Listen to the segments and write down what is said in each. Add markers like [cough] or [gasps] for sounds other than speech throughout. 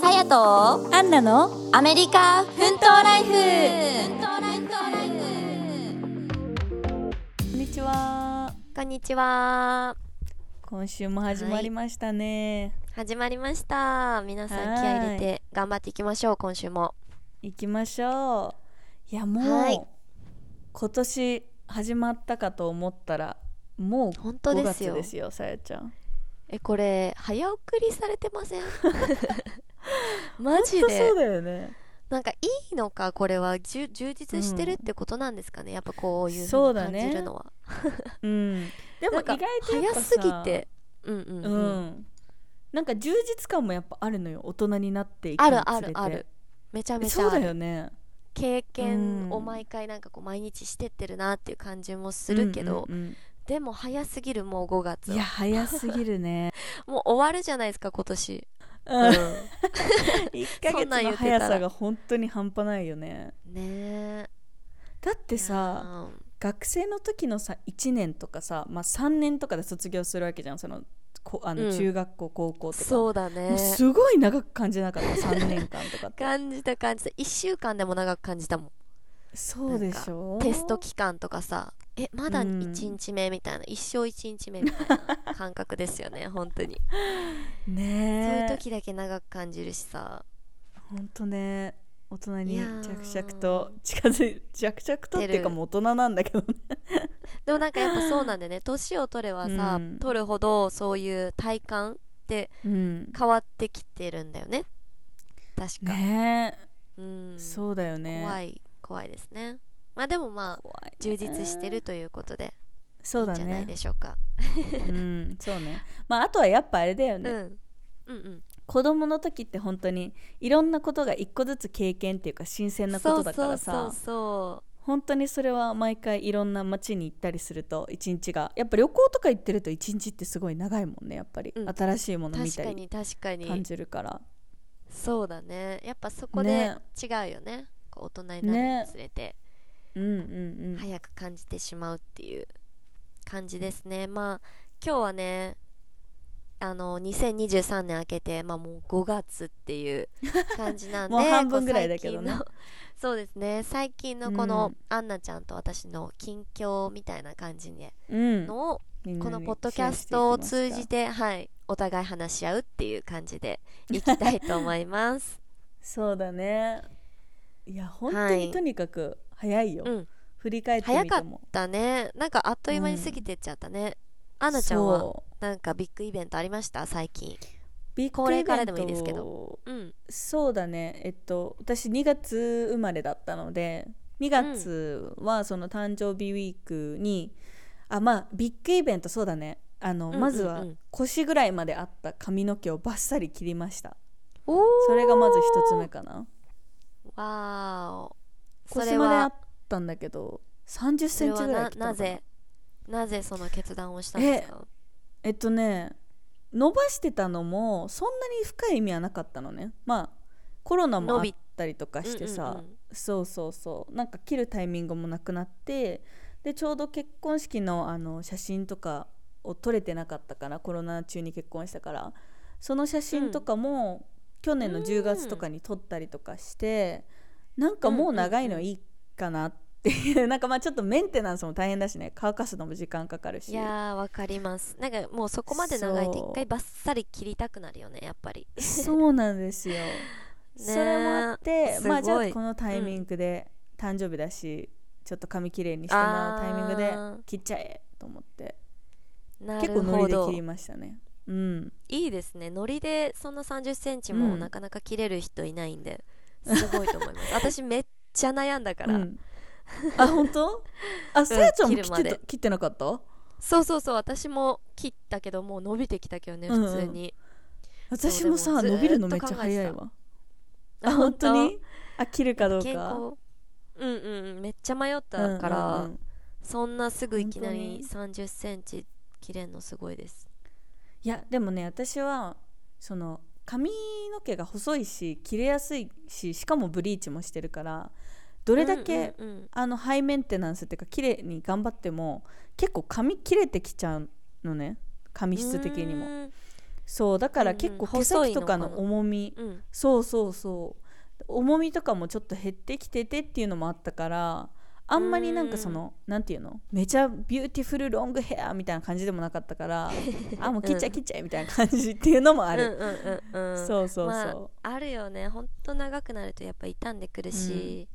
さやとアンナのアメリカ奮闘ライフこんにちはこんにちは今週も始まりましたね、始まりました皆さん気合い入れて頑張っていきましょう今週も行きましょういやもう、はい今年始まったかと思ったらもう本当5です月よですよさやちゃんえこれ早送りされてませ [laughs] んマジ本当でそうだよねなんかいいのかこれはじゅ充実してるってことなんですかね、やっぱこういう風そうにだ感ねじるのは、うんでもなん意か外とや早っぱすさぎてうんうんううん、んなんか充実感もやっぱあるのよ大人になっていくあにつれるてあるあるめちゃめちゃそあうるだよね経験うんを毎回なんかこう毎日してってるなっていう感じもするけど、うんうんうんでも早すぎるもう5月いや早すぎるねもう終わるじゃないですか今年、うん [laughs] うん1ヶそんなん言月のってたら速さが本当に半端ないよねねえだってさ学生の時のさ1年とかさ、まあ、3年とかで卒業するわけじゃんそのこあうのん中学校、高校とかそうだもねうすごい長く感じなかった3年間 [laughs] とかって感じた感じた1週間でも長く感じたもんそうでしょテスト期間とかさえまだうん1日目みたいな、一生1日目みたいな感覚ですよ [laughs] ね本当に、ねそうえいう時だけ長く感じるしさ本当ね大人いにや着ー々と近づい着々とっていうかもう大人なんだけどねでもなんかやっぱそうなんだよね年を取ればさ、うん取るほどそういう体感ってうん変わってきてるんだよね確か、ねうえ、んそうだよね怖い怖いですねまあでもまあ怖いね充実してるということでいそういんだじゃないねでしょうかうんそうねまああとはやっぱあれだよう,、ね、ん、うん子供の時って本当にいろんなことが一個ずつ経験っていうか新う鮮んなこそとうそだうからさそうそ本当にそれは毎回いろんな街に行ったりすると一日がやっぱ旅行とか行ってると一日ってすごい長いもんねやっぱり、うん新しいもうの見確たかりに確かに感じるからそうだねやっぱそこでね違うよねこう大人になるにつれてうんうんうん早く感じてしまうっていう感じですねまあ今日はねあの2023年明けて、まあ、もう5月っていう感じなんで [laughs] もう半分ぐらいだけどねこう最近の [laughs] そうですね最近のこうのんアンナちゃんと私の近況みたいな感じでうんのを、みんなこにのポッドキャストをシェアし通ていきますじかてはいお互い話し合うっていう感じでいきたいと思います。そうだねいや本当はいにとにかく早いよ、うん振り返ってみてもだねなんかあっという間に過ぎてっちゃったね。アンナちゃんはそうなんかビッグイベントありました最近ビッグ高齢からでもいいイベントですけうんそうだねえっと私2月生まれだったので2月はその誕生日ウィークに、あまあビッグイベントそうだねあの、うんうんうんまずは腰ぐらいまであった髪の毛をバッサリ切りましたおそれがまず1つ目かなわーおそ腰れまであはったんだけど3 0そセれンチはぐらいな切ったなのかなぜなぜその決断をしたんですかえっとね伸ばしてたのもそんなに深い意味はなかったのねまあコロナもあったりとかしてさ、うんうんうんそうそうそうなんか切るタイミングもなくなってでちょうど結婚式のあの写真とかを撮れてなかったからコロナ中に結婚したからその写真とかも去年の10月とかに撮ったりとかして、なんかもう長いのいいかなっていう、 [laughs] なんかまあちょっとメンテナンスも大変だしね乾かすのも時間かかるしいやーわかりますなんかもうそこまで長いとそう一回バッサリ切りたくなるよねやっぱりそうなんです [laughs] よそれもあってすごいまあじゃあこのタイミングで誕生日だし、ちょっと髪きれいにしてもらうタイミングであー切っちゃえと思ってな結る構ノほリでど切りましたねうんいいですねノリでそんな3 0センチもうんなかなか切れる人いないんで、すごいと思います [laughs] 私めっちゃ悩んだから、うんあ本当 [laughs] あさやちゃんも切切るまってたで切ってなかったそうそうそう私も切ったけどもう伸びてきたけどねうんう普ん通に、私もさそうでも伸びるのめっずちっゃと考えてた早いわあ本当にあ切るかどう健康かうんうんめっちゃ迷ったから、うんうんうんそんなすぐいきなり本3 0センチ切れんのすごいですいやでもね私はその髪の毛が細いし切れやすいししかもブリーチもしてるからどそれだけうんうんあのハイメンテナンスっていうか綺麗に頑張っても結構髪切れてきちゃうのねうん髪質的にもうーんそうだから結うんう構ん毛細先いのとかのかな重みうんそうそうそう重みとかもちょっと減ってきててっていうのもあったからあんまりなんかそのなんていうのめちゃビューティフルロングヘアみたいな感じでもなかったから [laughs] あもう切っちゃえ切っちゃえみたいな感じっていうのもあうる、んうんうんうんそうそうそう、まあるよねほんと長くなるとやっぱ傷んでくるし、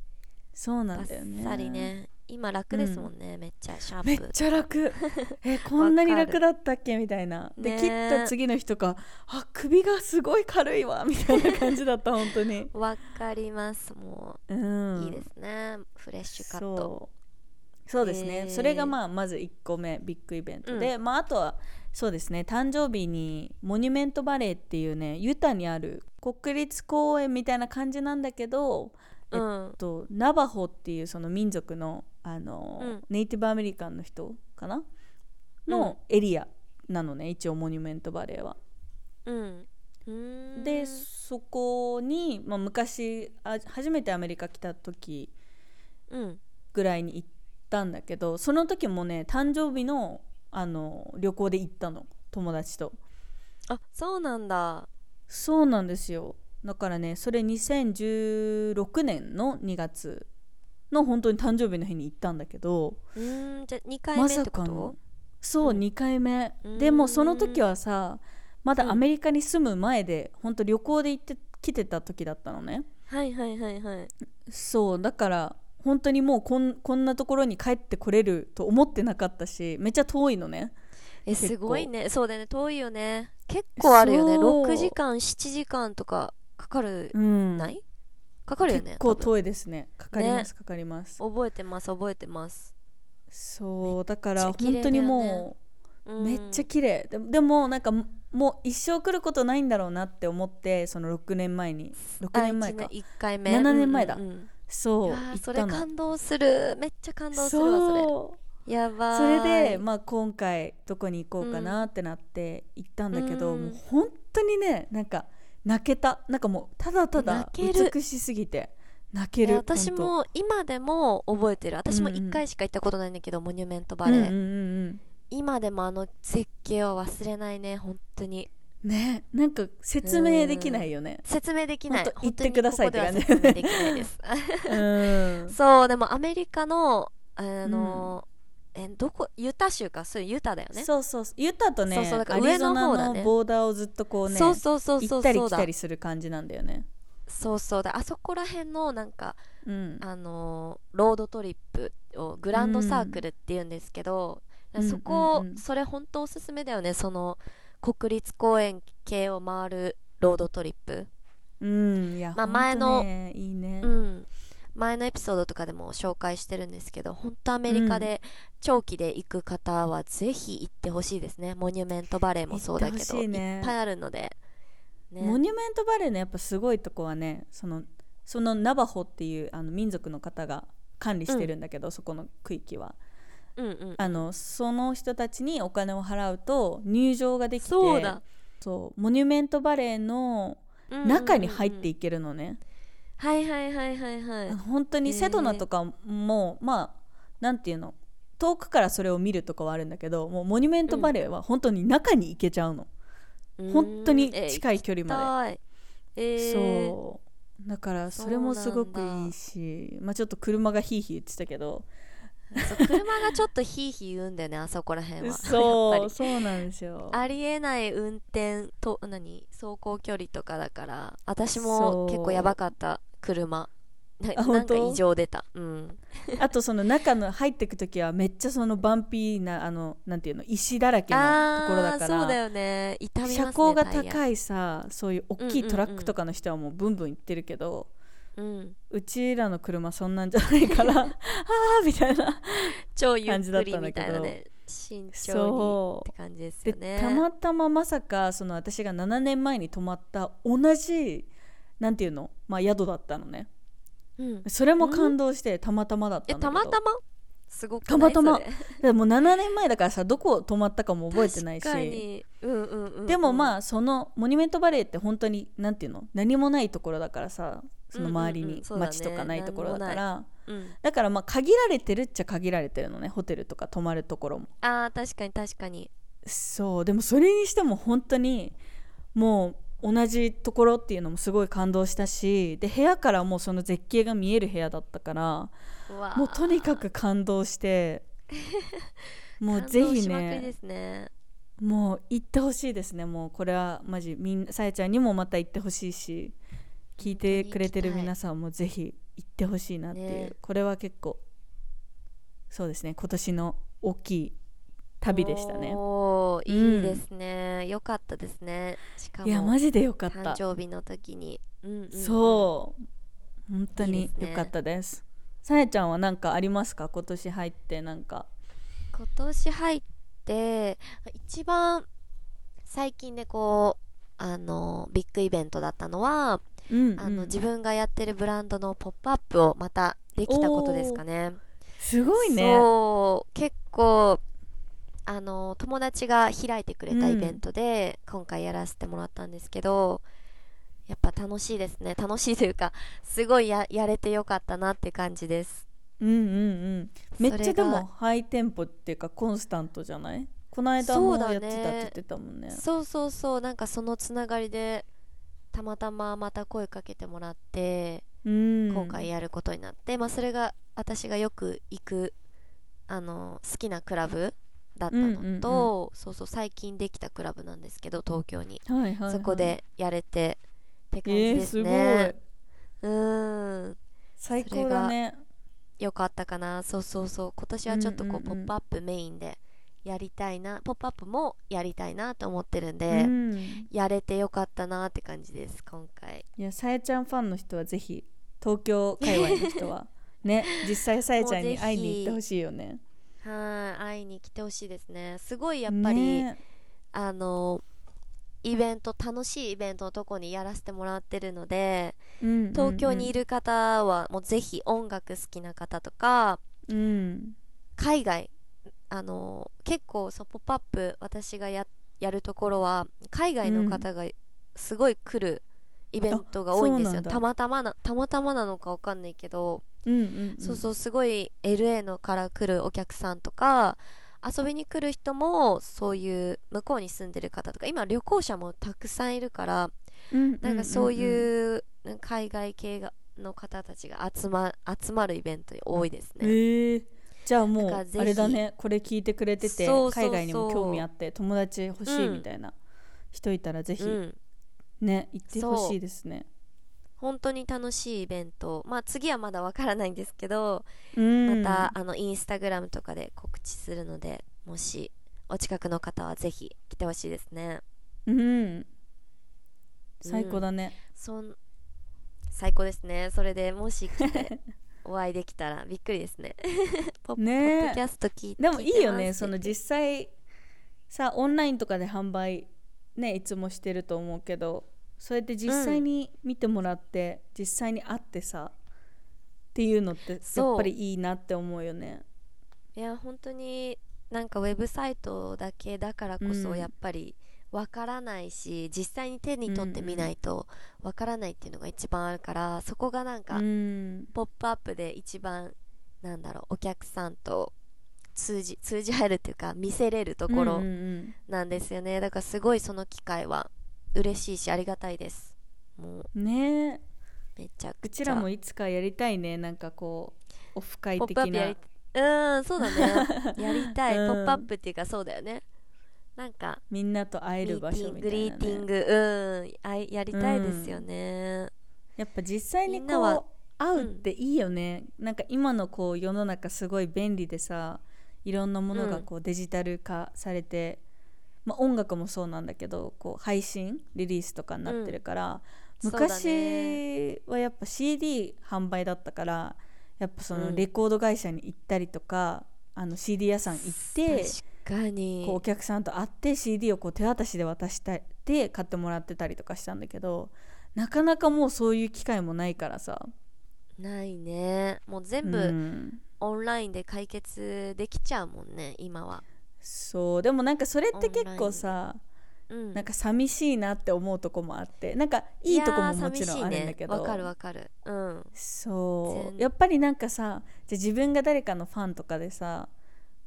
そうなバんだよッねサリね今楽ですもんね、めっちゃシャンプめっーちゃ楽 [laughs] えこんなにわかる楽だったっけみたいなで、ね切った次の日とかあ首がすごい軽いわみたいな感じだった本 [laughs] 当にわかりますもうんういいですね、フレッシュカットそうそうですね、えーそれがまあまず1個目ビッグイベントで、まあ、あとはそうですね誕生日にモニュメントバレーっていうねユタにある国立公園みたいな感じなんだけどえうっんあとナバホっていうその民族のあの、うんネイティブアメリカンの人かなのエリアなのね、一応モニュメントバレーは。うんうーんでそこに、まあ、昔あ初めてアメリカ来た時うんぐらいに行ったんだけどその時もね誕生日のあの旅行で行ったの友達とあそうなんだそうなんですよだからねそれ2016年の2月の本当に誕生日の日に行ったんだけどうーんじゃあ2回ま目っさてこかと、のそう、うん2回目うんでもその時はさまうだんアメリカに住む前で本当旅行で行って来てた時だったのねはいはいはいはいそうだから本当にもうこんこんなところに帰ってこれると思ってなかったしめっちゃ遠いのねえ結構すごいねそうだよね遠いよね結構あるよねそう6時間7時間とかかかるうんない、かかるよね結構多遠いですねかかります、かかります分覚えてます覚えてます、そうだからめっちゃ綺麗本当にもううんめっちゃ綺麗、ででもなんかもう一生来ることないんだろうなって思ってその6年前に6年前か1回目7年前だうんうんうんそいうやー行っそたれの感動するめっちゃ感動するわそれそうやばそーれいで、まあ、今回どこに行こうかなってなって行ったんだけど、うんもう本当にねなんか泣けたなんかもうただただ泣ける美しすぎて泣けいやる私本も今でも覚えてる私も1回しか行ったことないんだけど、モニュメントバ当レー、うんうんうん今でもあの絶景は忘れないね本当にうん、ねなんか説明できないよね、説明できないほんと本当に言ってくださいって感じここでは説明できないです [laughs] うん、そうでもアメリカのあの、えどこユタ州かそうユタだよねそうそうユタとねそうそうだからアリ上ゾのナ方だねのボーダーをずっとこうねそうそうそう行そうったりそう来だたりする感じなんだよねそうそうだあそこら辺のなんかうんあのーロードトリップをグランドサークルっていうんですけど、うんそこ、うんうんうんそれ本当おすすめだよねその国立公園系を回るロードトリップ、うんいや、まあほんと前のねいいねうん、前のエピソードとかでも紹介してるんですけど本当アメリカで長期で行く方はぜひ行ってほしいですねモニュメントバレーもそうだけ行ってどほしい,、いねっぱいあるので、ね、モニュメントバレーのやっぱすごいとこはねそのそのナバホっていうあの民族の方が管理してるんだけど、そこの区域はうんうんあのその人たちにお金を払うと入場ができてそうだそうモニュメントバレーの中に入っていいけるのね、はいはいはいはいはいあの本当にセドナとかも、まあなんていうの遠くからそれを見るとかはあるんだけどもうモニュメントバレーは本当に中に行けちゃうの、本当にうんえ近い距離ま痛で。いえー、そうだからそれもすごくそうなんだいいしまあちょっと車がヒーヒー言ってたけどそう車がちょっとヒーヒー言うんだよねあそこら辺は [laughs] やっそぱうりそうなんですよありえない運転と何走行距離とかだから私そもう結構やばかった車ななあん本当か異常出たうんあとその中の入ってく時はめっちゃそのバンピーなあのなんていうの石だらけのところだああかーそうだらよね痛みますね車高がタイヤ高いさそういう大きいトラックとかの人はもうブンブン行ってるけどうんうちらの車そんなんじゃないから [laughs] ああみたいな超ゆっ感じだくっりたんみだけたどいなね慎重にそって感じですでよねたまたままさかその私が7年前に泊まった同じなんていうの、まあ、宿だったのねうんそれも感動してたまたまだったえんただけどまたますごくないたまたまそれでもう7年前だからさどこ泊まったかも覚えてない確かしにうんうんうんうんでもまあそのモニュメントバレーって本当になんていうの何もないところだからさその周りうんうんうにんそうだね街とかないところだから、うんだからまあ限られてるっちゃ限られてるのねホテルとか泊まるところもあー確かに確かにそうでもそれにしても本当にもう同じところっていうのもすごい感動したしで部屋からもうその絶景が見える部屋だったからわあもうとにかく感動して [laughs] もうぜ感動ひしまくりねですねもう行ってほしいですねもうこれはマジみんさやちゃんにもまた行ってほしいし聞いてくれてる皆さんもぜひ行ってほしいなっていう、ねこれは結構そうですね今年の大きい旅でしたねおーうんいいですね、良かったですねしかもいやマジでよかった誕生日の時に、うんうんうんそう本当いいにです良ねかったですさやちゃんは何かありますか今年入ってなんか今年入って一番最近でこうあのビッグイベントだったのは、うんうんあの自分がやってるブランドのポップアップをまたできたことですかね。すごいねそう結構あの友達が開いてくれたイベントで、今回やらせてもらったんですけどやっぱ楽しいですね [laughs] 楽しいというかすごいややれてよかったなって感じですうんうんうんめっそちゃれでがもハイテンポっていうかコンスタントじゃないこの間もそうだやねってたって言ってたもんねそうそうそうなんかそのつながりでたまたままた声かけてもらってうん今回やることになって、まあそれが私がよく行くあの好きなクラブだったのと、うんそうそう最近できたクラブなんですけど東京にはいはいはいそこでやれてってえ感じーですすごねい。うーん、最高だねよかったかな。そうそうそう。今年はちょっとこう、うんうんうポんップアップメインでやりたいな、ポップアップもやりたいなと思ってるんうで、んやれてよかったなって感じです、今回。いやさやちゃんファンの人はぜひ東京界隈の [laughs] 人はね実際さやちゃんに会いに行ってほしいよねはい、会いに来てほしいですね。すごいやっぱり、ねあの、イベント、楽しいイベントのとこにやらせてもらってるので、うんうんうん東京にいる方はもうぜひ音楽好きな方とか、うん海外あの結構そう「ポップアップ私がややるところは海外の方がすごい来るイベントが多いんですあそうなよんだたまたまなたまたまなのかわかんないけど、うんうんんそうそうすごい LA のから来るお客さんとか遊びに来る人もそういう向こうに住んでる方とか今旅行者もたくさんいるからうんなんかそうういう海外系がの方たちが集ま集まるイベント多いですんうんね。えーじゃあもだからぜうひあれだねこれ聞いてくれててそうそうそう海外にも興味あって友達欲しいみたいな人いたらぜひうんね行ってほしいですね本当に楽しいイベント、まあ、次はまだわからないんですけど、うんまたあのインスタグラムとかで告知するのでもしお近くの方はぜひ来てほしいですねうん最高だねそん最高ですねそれでもし来てお会いでき [laughs] たらびっくりですねポッポッねドキャスト聞いてでもいいよ聞てまねすその実際さオンラインとかで販売ねいつもしてると思うけどそうやって実際に見てもらって、実際に会ってさっていうのってやそうっぱりいいなって思うよねいや本当になんかウェブサイトだけだからこうそんやっぱりわからないし、実際に手に取ってみないとわからないっていうのが一番あるからそこがなんかうん「ポップアップで一番なんだろうお客さんと通じ通じ合えるっていうか見せれるとこうんろうんうんなんですよね、だからすごいその機会は嬉しいしありがたいですもうねえめちゃうくちちゃらもいつかやりたいねなんかこうオフ会ポップアッ的プやなりうーんそうだねやりたい、 [laughs] うんポップアップっていうかそうだよねなんかみんなと会えミるー場ティン所グみたグリいーな、ティンね、グうんあいやりたいですよね、やっぱ実際みにんなはこう会うっていいよね、なんか今のこう世の中すごい便利でさいろんなものがうんこうデジタル化されて、まあ、音楽もそうなんだけどこう配信リリースとかになってるから、うんそうだね昔はやっぱ CD 販売だったからやっぱそのうんレコード会社に行ったりとか、あの CD 屋さん行って確かにこうお客さんと会って CD をこう手渡しで渡したで買ってもらってたりとかしたんだけどなかなかもうそういう機会もないからさないねもう全部、うんオンラインで解決できちゃうもんね今は、そうでもなんかそれって結構さうん、なんか寂しいなって思うとこもあってなんかいいとこももちろんあるんだけいやー寂しいねわ、ど、かるわかるうんそ全うやっぱりなんかさじゃあ自分が誰かのファンとかでさ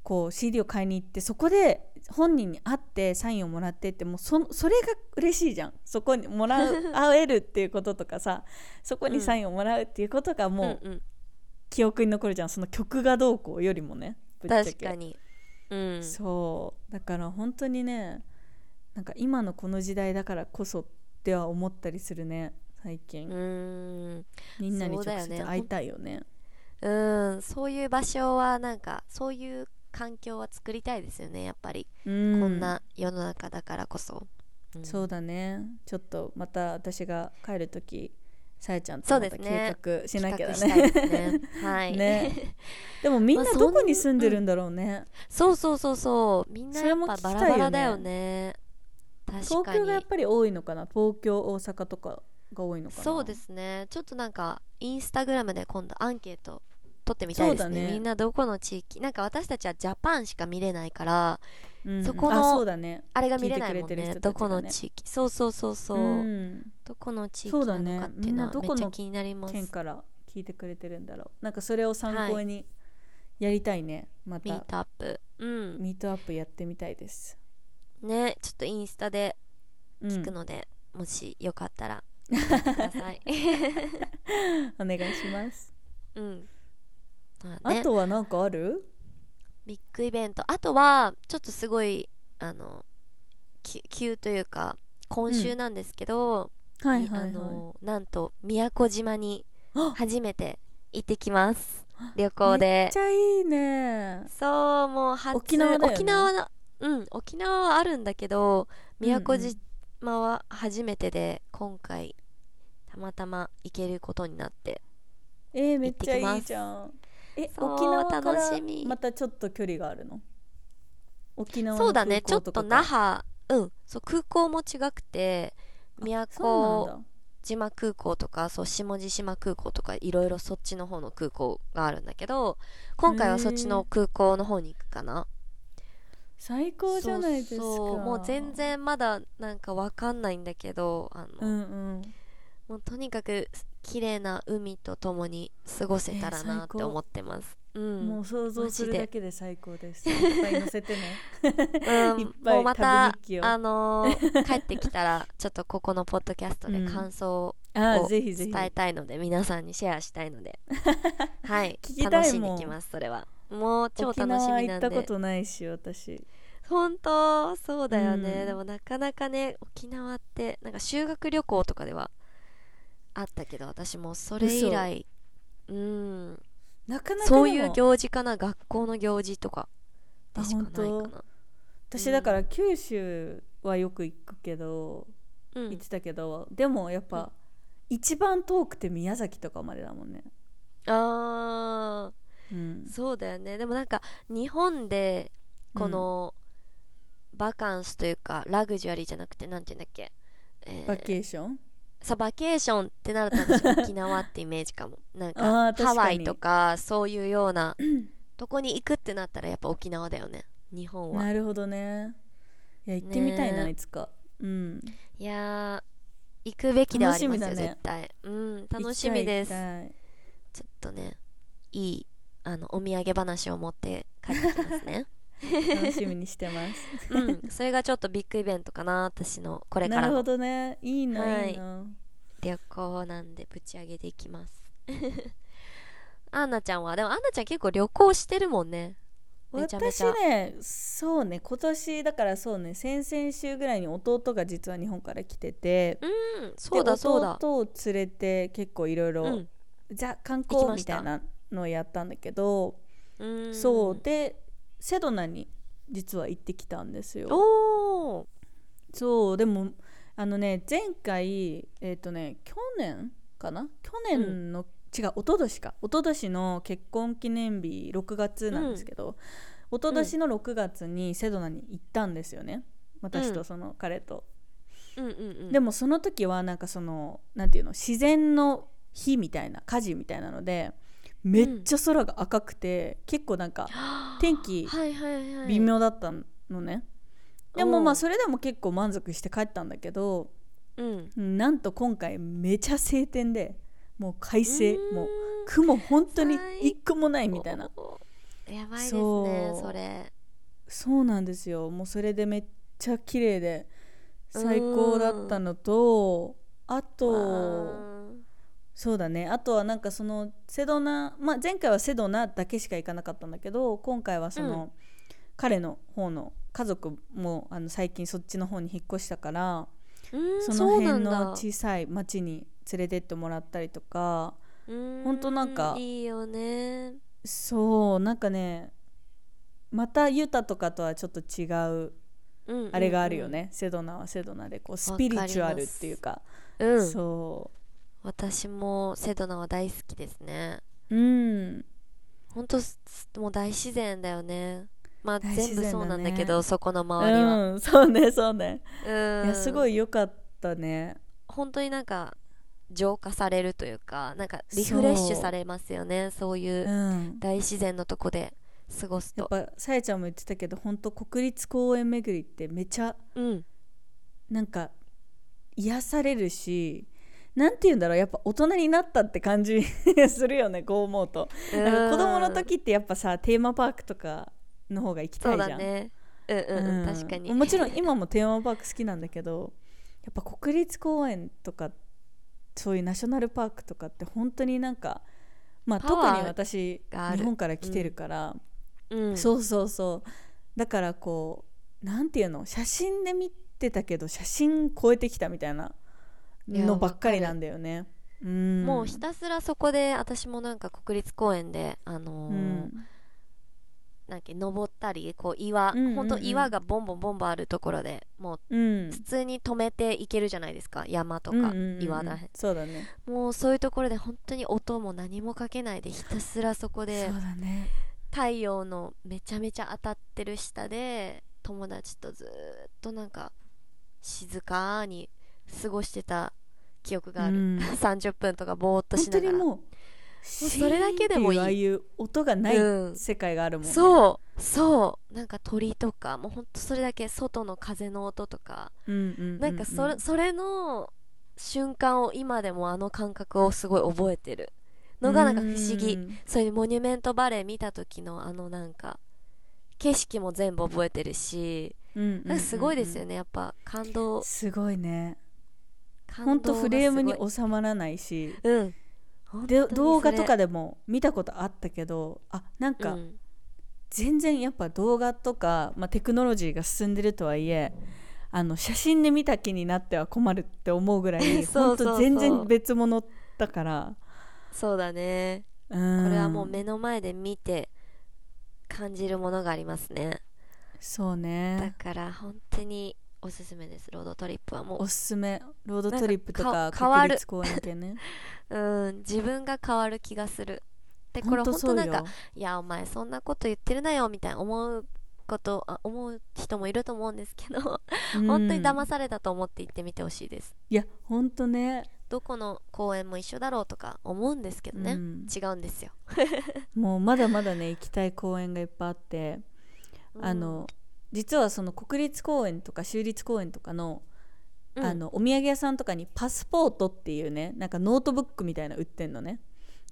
こう CD を買いに行ってそこで本人に会ってサインをもらってってもうそそれが嬉しいじゃんそこにも [laughs] らう会えるっていうこととかさそこにサインをもらうっていうことがもううんうん、記憶に残るじゃんその曲がどうこうよりもねぶっちゃけ確かに、うん、そうだから本当にねなんか今のこの時代だからこそっては思ったりするね最うー近んみんなにそうだ直よね接会いたいよねうんそういう場所はなんかそういう環境は作りたいですよねやっぱり、ここんんな世の中だからこそ、うんそうだねちょっとまた私が帰る時さやちゃんそとうまでたす計ね画しなきゃだ企画ねしたいですねはいね [laughs] でもみんなまあどこそんに住んでるんだろうね、 [laughs] そうそうそうそうみんなそやれっもぱ聞きたバいよねラバラだよね確か東京がやっにぱり多いのかな東京大阪とかが多いのかなそうですねちょっとなんかインスタグラムで今度アンケート取ってみたいですそうねだねみんなどこの地域なんか私たちはジャパンしか見れないからうんそこあのそうだねあれが見れないも聞いてんくれねてる人たちがどねこの地域そうそうそうそう、うんどこの地域そうだなねのかっていうのはみんなどめこっのちゃ気になります、県から聞いてくれてるんだろうなんかそれを参考はにやりたいねまミーたトアップうんミートアップやってみたいです、ねちょっとインスタでうん聞くので、もしよかった [laughs] ら聞いてください [laughs] お願いします、うんまあねあとはなんかあるビッグイベントあとはちょっとすごいあのき急というか今週なんですけど、はいはいはあいのなんと宮古島にあ初めて行ってきます旅行めでっちゃいいねそうもう初沖縄だよね沖縄のうん沖縄はあるんだけど宮古島は初めてで、今回たまたま行けることになってえー、めっちゃいいじゃんえそう沖縄から楽しみまたちょっと距離があるの沖縄のそうだねちょ空っ港かと那覇うんそう空港も違くて宮そう古なんだ島空港とかそう下地島空港とかいろいろそっちの方の空港があるんだけど今回はそっちの空港の方に行くかな最高じゃないですかそうそうもう全然まだなんかわかんないんだけどあの、うんうんもうとにかく綺麗な海とともに過ごせたらなって思ってます、うんもう想像するマジでだけで最高です。いっぱい乗 [laughs] せてね。うんいっぱいもうまた旅日記をあのー帰ってきたらちょっとここのポッドキャストで感想をあこあ、うぜひぜ伝ひ。えたいので、皆さんにシェアしたいの [laughs] ではい聞きたいもん楽しんできますそれはもう超楽し沖み縄行なっんでたことないし、私。本当そうだよね、うんでもなかなかね沖縄ってなんか修学旅行とかではあったけど私もそれ以来うんなかなかでもそういう行事かな学校の行事とかでしかないかあ本な私だから九州はよく行くけど、う行っんてたけど、でもやっぱ、一番遠くて宮崎とかまでだもんね。あうんー、そうだよねでもなんか日本でこの、バカンスというかラグジュアリーじゃなくてなんて言うんだっけ、えーバケーション、さバケーションってなると私沖縄ってイメージかもなんあかー確かにハワイとかそういうようなとこに行くってなったらやっぱ沖縄だよね日本はなるほどね。いや、行ってみたいな、ねいつか。うん。いやー行くべきではありますよ、楽しみだね絶対うん楽しみです行きたい行きたいちょっとねいいあのお土産話を持って帰ってきます [laughs] ね楽しみにしてます。うんそれがちょっとビッグイベントかな私のこれかならるほのどね。いいな、、はいいいな。旅行なんでぶち上げていきます [laughs] アンナちゃんはでもアンナちゃん結構旅行してるもんねめちゃめち私ゃねそうね今年だからそうね先々週ぐらいに弟が実は日本から来ててうんそうだでそうだ弟を連れて結構いろいろんじゃあ観行き光まみしたたいなのをやったんだけど、うんそうでセドナに実は行ってきたんですよおーそうでもあのね前回えっ、とね去年かな去年の、違う一昨年か一昨年の結婚記念日6月なんですけど、一昨年の6月にセドナに行ったんですよね私とその彼と、うんうんうんでもその時はなんかそのなんていうの自然の火みたいな火事みたいなのでめっちゃ空が赤くて、結構なんか天気 [gasps] はいはいはい微妙だったのね、でもおうまあそれでも結構満足して帰ったんだけどうんうんなんと今回めちゃ晴天でもう快晴うんもう雲本当に最高一個もないみたいなおーやばいですねそうそれそうなんですよもうそれでめっちゃ綺麗で最高だったのとあとわそうだねあとはなんかそのセドナ、まあ、前回はセドナだけしか行かなかったんだけど今回はその、う彼の方の家族もあの最近そっちの方に引っ越したからーうんその辺の小さい町に連れてってもらったりとかほんとなんかうーいいよねそうなんかねまたユタとかとはちょっと違ううんうんうんあれがあるよね、セドナはセドナでこうスピリチュアルっていうかうんそ私もセドナは大好きですねううん本当もう大自然だよねまあ大全自然だ部ねそうなんだけどそこの周りはうん、そうねそうね、うんいやすごい良かったね本当になんか浄化されるというかなんかリフレッシュそうされますよねそういううん大自然のとこで過ごすやっとぱさやちゃんも言ってたけど本当国立公園巡りってめちゃうんなんか癒されるしなんて言うんだろうやっぱ大人になったって感じ [laughs] するよねこう思うとなんか子供の時ってやっぱさテーマパークとかの方が行きそたういじゃんだねうんうん、うん、確かにもちろん今もテーマパーク好きなんだけどやっぱ国立公園とかそういうナショナルパークとかって本当になんかまあパ特ワーに私がある日本から来てるから、うんそうそうそうだからこうなんていうの写真で見てたけど写真超えてきたみたいないやのばっかりなんだよね。うん、もうひたすらそこで私もなんか国立公園であのーうんなんか登ったりこう岩、うほんうんうんんと岩がボンボンボンボンあるところでもううん普通に止めていけるじゃないですか山とうんかうんうんうん岩だへ、そうだねんもうそういうところで本当に音も何もかけないでひたすらそこでそうだね太陽のめちゃめちゃ当たってる下で友達とずーっとなんか静かに過ごしてた記憶がある、うん30分とかぼーっと本しな当にがらもうそれだけでもいいシーンってうああいう音がないうん世界があるもんね、そうそうなんか鳥とかもうほんとそれだけ外の風の音とか、うんうんうんうんなんかそれそれの瞬間を今でもあの感覚をすごい覚えてるのがなんか不思議、うんそういうモニュメントバレー見た時のあのなんか景色も全部覚えてるしうんうんうんなんかすごいですよねやっぱ感動すごいね感動ほんとがフレームにすごい収まらないしうん本当にでそれ動画とかでも見たことあったけどあなんうかん全然やっぱ動画とか、まあ、テクノロジーが進んでるとはいえあの写真で見た気になっては困るって思うぐらい [laughs] そうそうそうほんと全然別物だからそうだねここれれはもう目の前で見て感じるものがありますねそうだねから本当におすすめですロードトリップはもうおすすめロードトリップとなかんかか変わ国る立公園 [laughs] 系ねうん自分が変わる気がするでこれ本ほんとそ当うなんかよいやお前そんなこと言ってるなよみたいな思うことあ思う人もいると思うんですけど、うん本当に騙されたと思って行ってみてほしいですいやほんとねどこの公園も一緒だろうとか思うんですけどね、うん違うんですよもうまだまだね行きたい公園がいっぱいあって、うんあの実はその国立公園とか州立公園とかの,、うんあのお土産屋さんとかにパスポートっていうねなんかノートブックみたいなの売ってんのね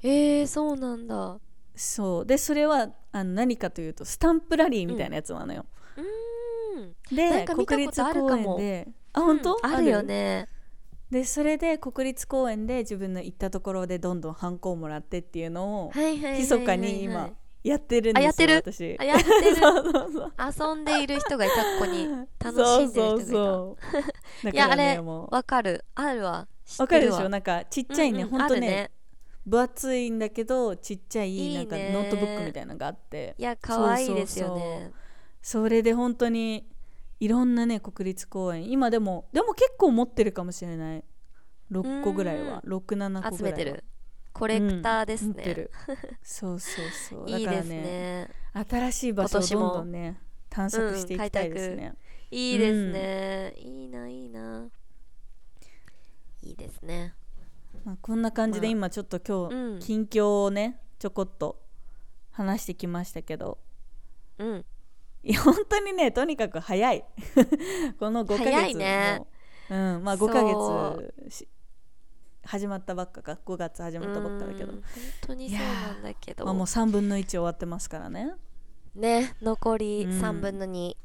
えー、そうなんだそうでそれはあの何かというとスタンプラリーみたいなやつなのよ、うーんなでんか見た国こと立ある公かも園であ本当、うんあるよねでそれで国立公園で自分の行ったところでどんどんハンコをもらってっていうのをはいはいはいはいはい密かに今やってるんですよ、あやってる私あやってる [laughs] そうそうそ遊うんでいる人がいたここに楽そしうんでる人そがういたそう。だいかやらあね、れもわかるあるわ知っう。わかてるでるしわょなんかちっちゃいね、うんうんほんとあるね、分厚いんだけど、ちっちゃいい、いなんかノねートブックみたいなのがあってい、や可愛いですよそうそうねそれで本当にいろんなね、国立公園、今でも、でも結構持ってるかもしれない。6個ぐらいは、6、7個集ぐらめいは。てるコレクターですうん持ってね [laughs] るそうそうそう。いいだかでらすね、ね新しい場所今を年どもんどんね、探索していきたいですね。いいですねいいないいないいですねまあ、こんな感じでまあ今ちょっと今うん日近況をねちょこっと話してきましたけどうんいや本当にねとにかく早い [laughs] この5ヶ月早いねもううんまあ、そう5ヶ月し始まったばっかか5月始うまったばっかだけどん本当にそうなんだけどまあ、もう3分の1終わってますからねね残りうん3分の2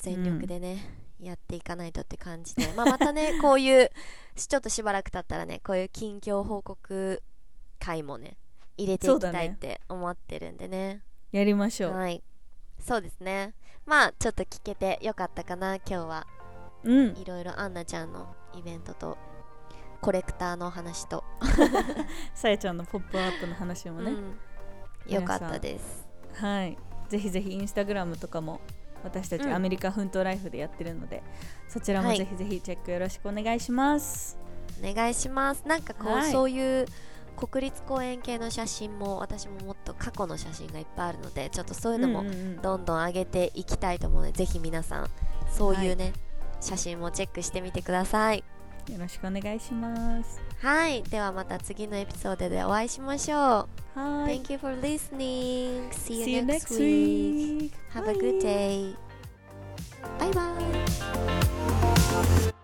全力でね、やっていかないとって感じで、まあ、またね [laughs] こういうしちょっとしばらく経ったらねこういう近況報告会もね入れていそうきだたいねって思ってるんでねやりましょう、はいそうですねまあちょっと聞けてよかったかな今日はうんいろいろアンナちゃんのイベントとコレクターのお話と、さやちゃんの「ポップアップの話もね、うんよかったですはいぜひぜひインスタグラムとかも私たちうんアメリカ奮闘ライフでやってるので、そちらもはいぜひぜひチェックよろしくお願いします、お願いしますなんかこう、はいそういう国立公園系の写真も私ももっと過去の写真がいっぱいあるのでちょっとそういうのもうんうんうんどんどん上げていきたいと思うので、ぜひ皆さんそういうね、写真もチェックしてみてくださいよろしくお願いしますはいではまた次のエピソードでお会いしましょう、はい Thank you for listening See See you you next next week week Have a good Bye. day バイバイ